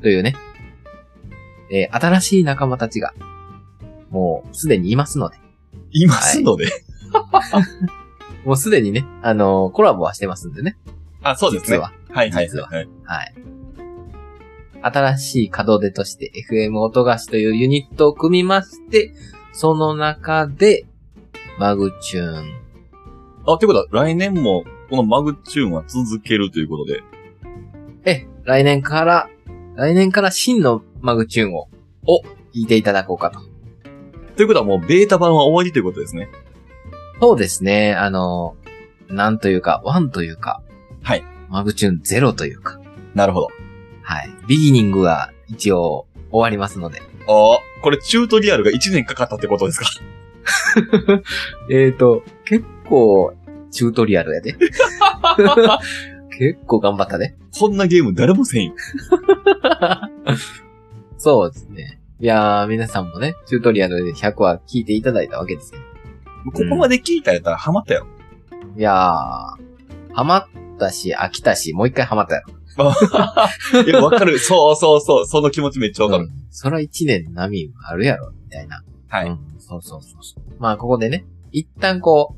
というね、えー新しい仲間たちが、もうすでにいますので、いますので。もうすでにね、あのーコラボはしてますんでね、あ、そうです実ね。は。はいはい実ははい。はい。新しい門出として FM 音菓子というユニットを組みまして、その中で、マグチューン。あ、ってことは、来年も、このマグチューンは続けるということで。え、来年から、来年から真のマグチューンを、を、聞いていただこうかと。ということはもう、ベータ版は終わりということですね。そうですね、あの、なんというか、ワンというか、はい。マグチューンゼロというか、なるほど。はい。ビギニングは一応終わりますので。ああ、これチュートリアルが1年かかったってことですかえーと、結構、チュートリアルや で。結構頑張ったね。こんなゲーム誰もせんよ。そうですね。いやー、皆さんもね、チュートリアルで100話聞いていただいたわけですよ。ここまで聞いたらやったらハマったよ。いやー、ハマったし、飽きたし、もう一回ハマったよ。 いや、わかる。そうそうそう。その気持ちめっちゃわかる。うんそら一年波あるやろ、みたいな。はいうん。そうそうそうそう。まあ、ここでね、一旦こ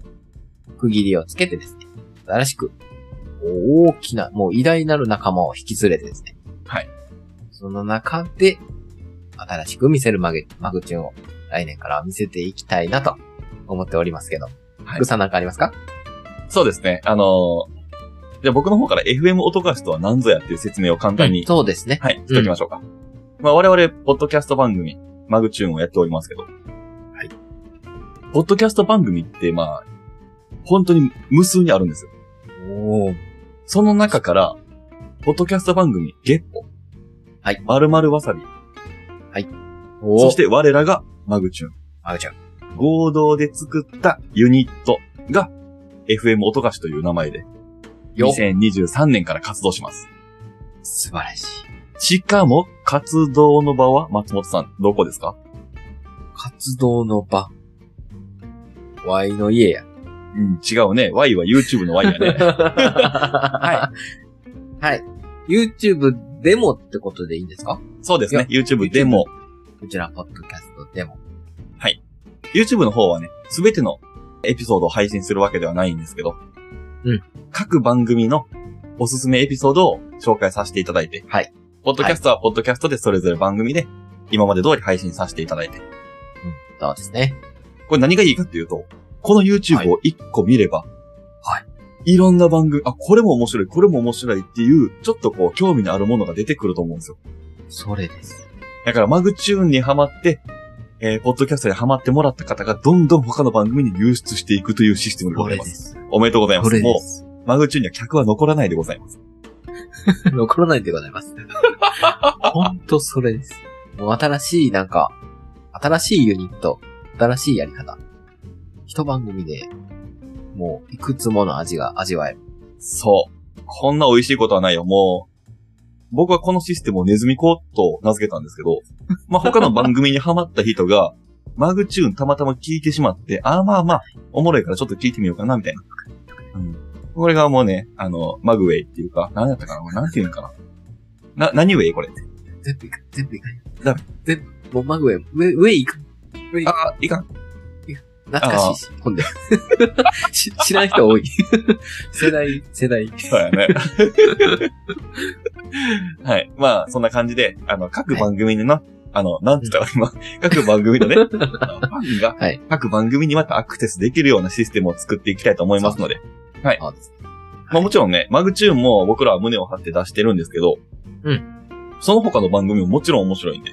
う、区切りをつけてですね、新しく、大きな、もう偉大なる仲間を引き連れてですね。はい。その中で、新しく見せるマグマグチューンを来年から見せていきたいなと思っておりますけど。はいグさんなんかありますかそうですね。あのーじゃあ僕の方から FM 音菓子とは何ぞやっていう説明を簡単に、そうですね。。はい、しておきましょうか。まあ我々、ポッドキャスト番組、マグチューンをやっておりますけど。はいポッドキャスト番組って、まあ、本当に無数にあるんですよ。おーその中から、ポッドキャスト番組、ゲッポ。はい〇〇わさび。おそし、て我らがマグチューン。マグチューン。合同で作ったユニットが FM 音菓子という名前でよ2023年から活動します。素晴らしい。しかも活動の場は松本さん、どこですか活動の場。Y の家や。うん、違うね。Y は YouTube の Y やね。 はい。はい。YouTube デモってことでいいんですかそうですね。YouTube YouTube でも、こちら、ポッドキャストデモ。 YouTube の方はね、すべてのエピソードを配信するわけではないんですけど、うん各番組のおすすめエピソードを紹介させていただいて、はい。ポッドキャストはポッドキャストでそれぞれ番組で今まで通り配信させていただいて、そうですね。これ何がいいかっていうと、この YouTube を一個見れば、。はいいろんな番組、あ、これも面白い、これも面白いっていう、ちょっとこう、興味のあるものが出てくると思うんですよ。それです。だから、マグチューンにハマって、えー、ポッドキャストにハマってもらった方が、どんどん他の番組に流出していくというシステムでごこざいれま。ですす。おめでとうございまこす。れでもす。う、マグチューンには客は残らないでございます。残らないでござ います。ほんとそれです。もう新しい、なんか、新しいユニット、新しいやり方。一番組で、もう、いくつもの味が味わえる。そう。こんな美味しいことはないよ。もう、僕はこのシステムをネズミコと名付けたんですけ ど、まあ、他の番組にハマった人が、マグチューンたまたま聞いてしまって、ああまあまあ、おもろいからちょっと聞いてみようかな、みたいな。うん。これがもうね、あの、マグウェイっていうか、何やったかなこれなんて言うんかなな、何ウェイこれ。全部いかん、全部いかんよ。ダメ全部、もうマグウェイ、上、上いかん。上いかん。あ、いかん。懐かしいし、ほんで。し知らん人多い。世代、世代。そうやね。はい。まあ、そんな感じで、あの、各番組のな、あの、なんつったら今、各番組のね、あのファンがはい、各番組にまたアクセスできるようなシステムを作っていきたいと思いますので、そうですねまあもちろんね、マグチューンも僕らは胸を張って出してるんですけど、うん。その他の番組ももちろん面白いんで、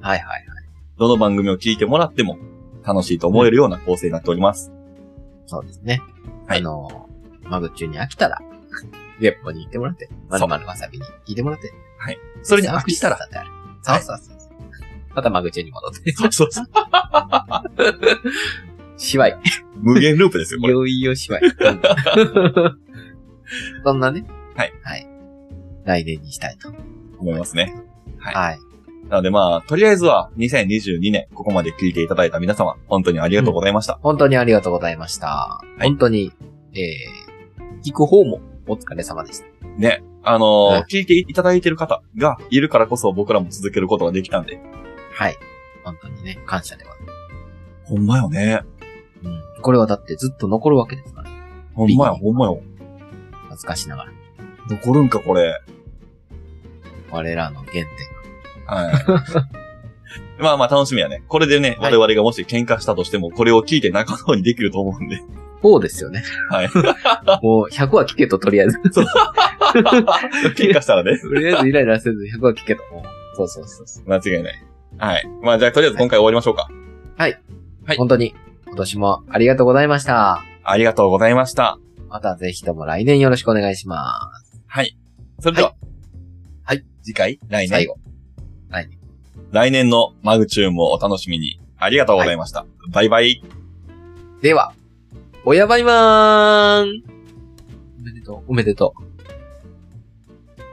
はいはい。どの番組を聞いてもらっても楽しいと思えるような構成になっております。そうですね。はいあのー、マグチュに飽きたら、 ゲッポに行ってもらって、まるまるわさびに聞いてもらって。それに飽きたら、サークル さんってある。そうそうそう。またマグチュに戻って。そうそうそう。芝居。無限ループですよ、こいれ。よい よ芝居。そんなね。はい。はい。来年にしたいと。思いますね。はいはい。なのでまあ、とりあえずは2022年、ここまで聞いていただいた皆様、本当にありがとうございました。本当にありがとうございました。い本当に、えー、聞く方もお疲れ様でした。ね。あのーはい聞いていただいてる方がいるからこそ僕らも続けることができたんで。はい。本当にね、感謝では。ほんまよね。うん。これはだってずっと残るわけですから、ね、ほんまよ、ビほんまよ。恥ずかしながら。残るんか、これ。我らの原点。はい。 まあまあ楽しみやね。これでね、は我い々がもし喧嘩したとしても、これを聞いて仲直りできると思 うんで。そうですよね。はい。もう100は聞けと、とりあえず。喧嘩したらね。 とりあえずイライラせず100は聞けと。そうそうそうそう。間違いない。はい。まあじゃあとりあえず今回終わりましょうか。はい本当に、今年もありがとうございました。ありがとうございました。またぜひとも来年よろしくお願いしまはい。それでは。はいはい。次回、来す。最年。後。来年のマグチューンもお楽しみに。ありがとうございました。バイバイ。では、おやばいまーんおめでとう、おめでとう。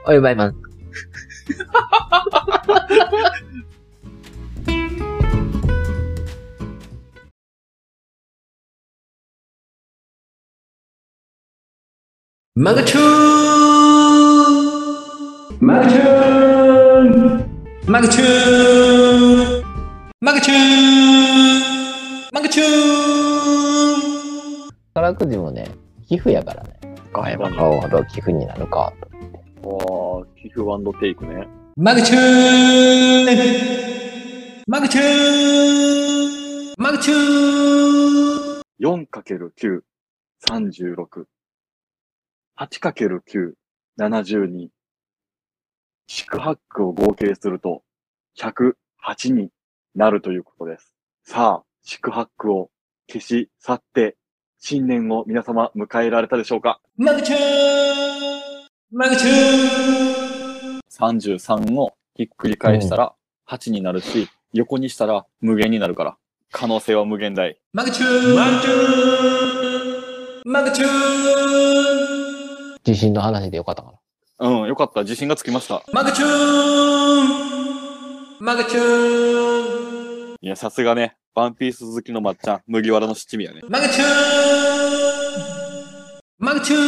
おやばいまーん。マグチューンマグチューンマグチューンマグチューンマグチューン宝くじもね、寄付やからね。買えば買うほど寄付になるかと。わあ、寄付ワンドテイクね。マグチューンマグチューンマグチューン 4×9、36。8×9、72。四苦八苦を合計すると、108になるということです。さあ、四苦八苦を消し去って、新年を皆様迎えられたでしょうかマグチューンマグチューン ?33 をひっくり返したら8になるし、横にしたら無限になるから。可能性は無限大。マグチューンマグチューンマグチューン地震の話でよかったかな。うん、よかった。自信がつきました。マグチューンマグチューンいや、さすがね、ワンピース好きのまっちゃん、麦わらの七味やね。マグチューンマグチュー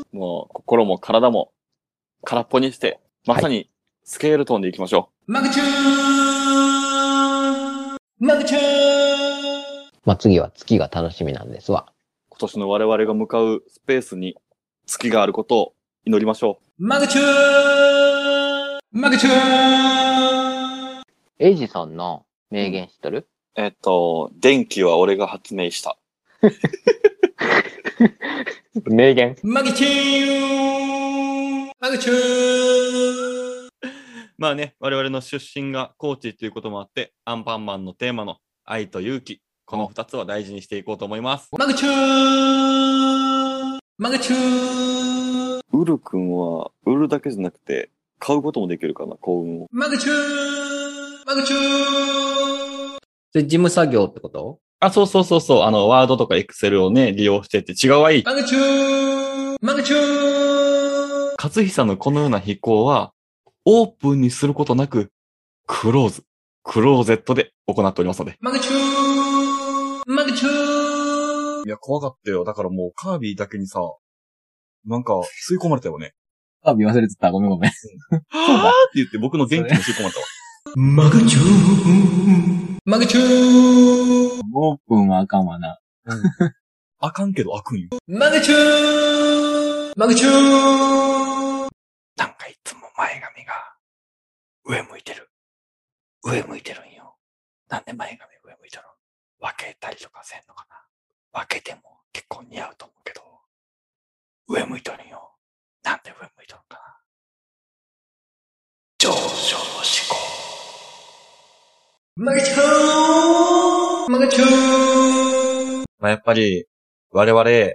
ンもう、心も体も空っぽにして、まさにスケールトンでいきましょマグチューンマグチューンまあ、次は月が楽しみなんですわ。う。今年の我々が向かうスペースに月があることを祈りましょマグチューンマグチューンエイジさんの名言知っとる、う。えっと、電気は俺が発明した。名言マグチューンマグチューンまあね、我々の出身が高知ということもあって、アンパンマンのテーマの愛と勇気、この二つは大事にしていこうと思います。マグチューンマグチューンウル君は、売るだけじゃなくて、買うこともできるかな、幸運を。マグチューンマグチューンで、事務作業ってことあ、そうそうそうそう、あの、ワードとかエクセルをね、利用してって、違うはいい。マグチューンマグチューン勝久のこのような飛行は、オープンにすることなく、クローズ、クローゼットで行っておりますので。マグチューンマグチューンいや、怖かったよ。だからもうカービィだけにさ、なんか吸い込まれたよね。あ、見忘れてた。ごめんごめん。はぁって言って僕の元気も吸い込まれたわ。マグチューンマグチューンオープンはあかんわな。あかんけど開くんよ。マグチューンマグチューンなんかいつも前髪が、上向いてる。上向いてるんよ。なんで前髪上向いてるの分けたりとかせんのかな分けても結構似合うと思うけど、上向いてるんよ。なんで上向いてるのかな上昇志向。マグチューンマグチューンまあ、やっぱり、我々、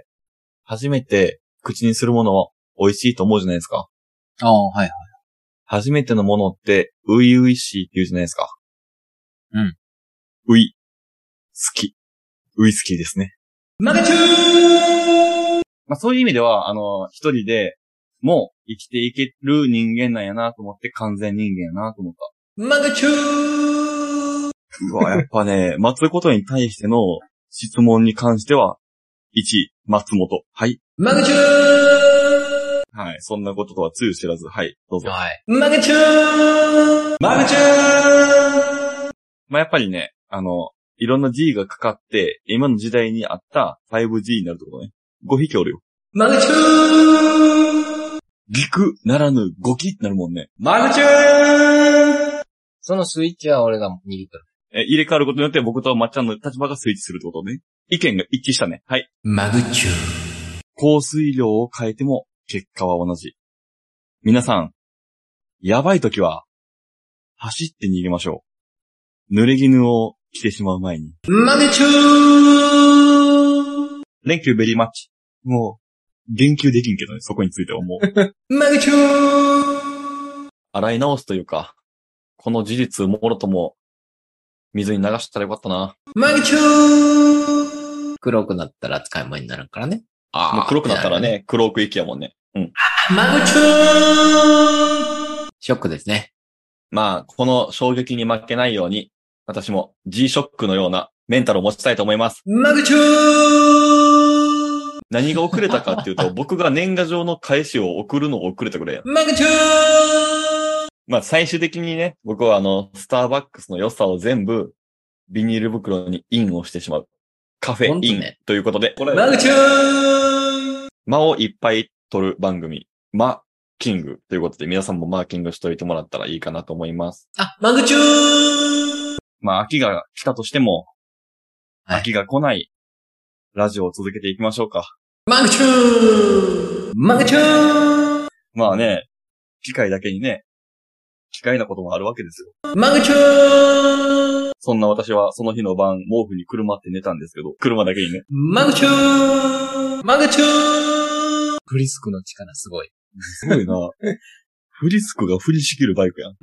初めて口にするものを美味しいと思うじゃないですか。ああ、はいはい。初めてのものって、ういういしいって言うじゃないですか。うん。うい。き。ウイスキーですね。まあそういう意味では、あの、一人でもう生きていける人間なんやなと思って完全人間やなと思った。うわ、やっぱね、 待つことに対しての質問に関しては、1、松本。はい。はい。そんなこととはつゆ知らず。はい。どうぞ。はい。まあ、やっぱりね、あの、いろんな G がかかって、今の時代にあった 5G になるってことね。5匹おるよ。ギクならぬ5キってなるもんね。そのスイッチは俺が握っとる。え、入れ替わることによって僕とまっちゃんの立場がスイッチするってことね。意見が一致したね。はい。降水量を変えても結果は同じ。皆さん、やばい時は、走って逃げましょう。濡れ衣を着てしまう前に。Thank you very much. もう、言及できんけどね、そこについては もう。洗い直すというか、この事実もろとも、水に流したらよかったな。黒くなったら使い物になるからね。もう黒くなったらね、黒奥行きやもんね。うん。ショックですね。まあ、この衝撃に負けないように、私も G-SHOCK のようなメンタルを持ちたいと思います。何が遅れたかっていう と、僕が年賀状の返しを送るのを遅れたぐらいや。まあ、最終的にね、僕はあの、スターバックスの良さを全部、ビニール袋にインをしてしまう。カフェほんとインねということで、これ間をいっぱい取る番組、マキングということで、皆さんもマーキングしといてもらったらいいかなと思います。 아,まあ、秋が来たとしても、はい秋が来ない、ラジオを続けていきましょうか。まあね、機械だけにね、機械なこともあるわけですよ。そんな私はその日の晩、毛布に車って寝たんですけど、車だけにね。フリスクの力すごい。すごいな。 フリスクが振りしきるバイクやん。や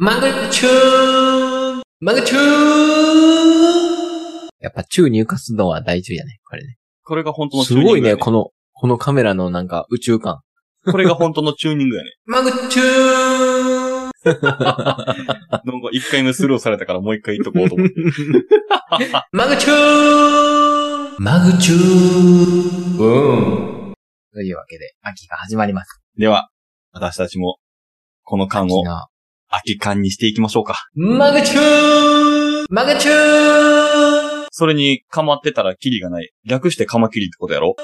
っぱ宙に浮かすのは大事やね。これね。これが本当のチすューニングごいやね、この、このカメラのなんか宇宙感。これが本当のチューニングやね。なんか一回目スルーされたからもう一回言っとこうと 思って。というわけで、秋が始まります。では、私たちも、この缶秋をが秋缶にしていきましょうか。それに、釜ってたらキリがない。略して釜切りってことやろ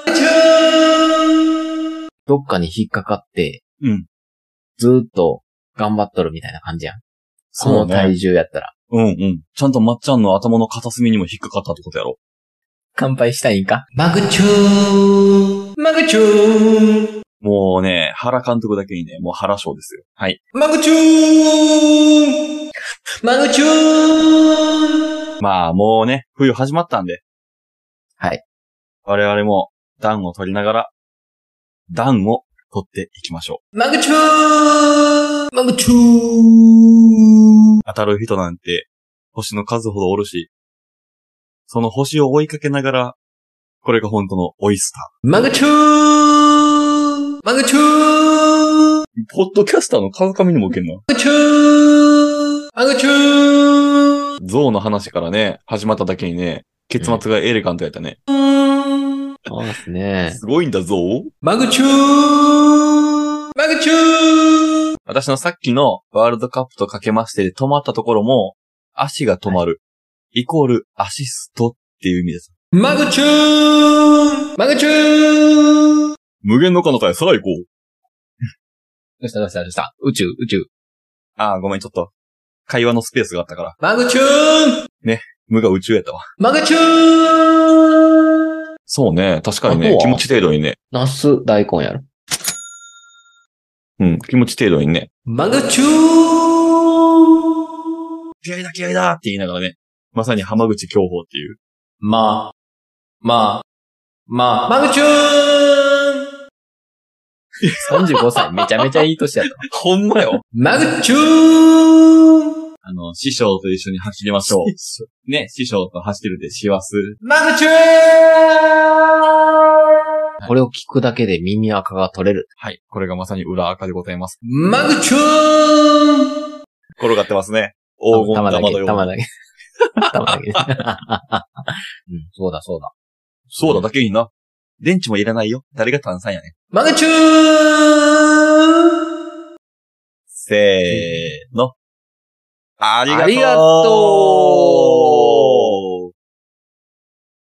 どっかに引っかかって、うん。ずーっと頑張っとるみたいな感じやん。この体。重やったら。うんうん。ちゃんとまっちゃんの頭の片隅にも引っかかったってことやろ乾杯したいんかもうね、原監督だけにね、もう原賞ですよ。はい。まあもうね、冬始まったんで。はい。我々も暖を取りながら、暖を取っていきましょう。当たる人なんて星の数ほどおるし、その星を追いかけながら、これが本当のオイスター。ポッドキャスターの風上にも受けんな。象の話からね、始まっただけにね、結末がエレガントやったね。そうですね。すごいんだぞ。私のさっきのワールドカップとかけましてで止まったところも、足が止まる。イコールアシストっていう意味です。無限の彼方へさら行こう。どうしたどうしたどうした宇宙、宇宙。ああ、ごめん、ちょっと。会話のスペースがあったから。無が宇宙やったわ。そうね。確かあにとね、は気持ち程度にね。ナス大根やろ。うん、気持ち程度にね。気合いだ気合いだって言いながらね。まさに浜口教法って いう。まあ、まあ、まあ、 35歳、めちゃめちゃいい年やった。ほんまよ。あの、師匠と一緒に走りましょう。ね、師匠と走るで師走。マグチュー これを聞くだけで耳垢が取れる。はい。これがまさに裏垢でございます。マグチューン転がってますね。黄金玉だ玉のけ、よう玉な。だけ。玉だけ。 うん、そうだそうだ。そうだだけにな。電池もいらないよ。誰が炭酸やね。マグチューンせーの。ありがとうありがとう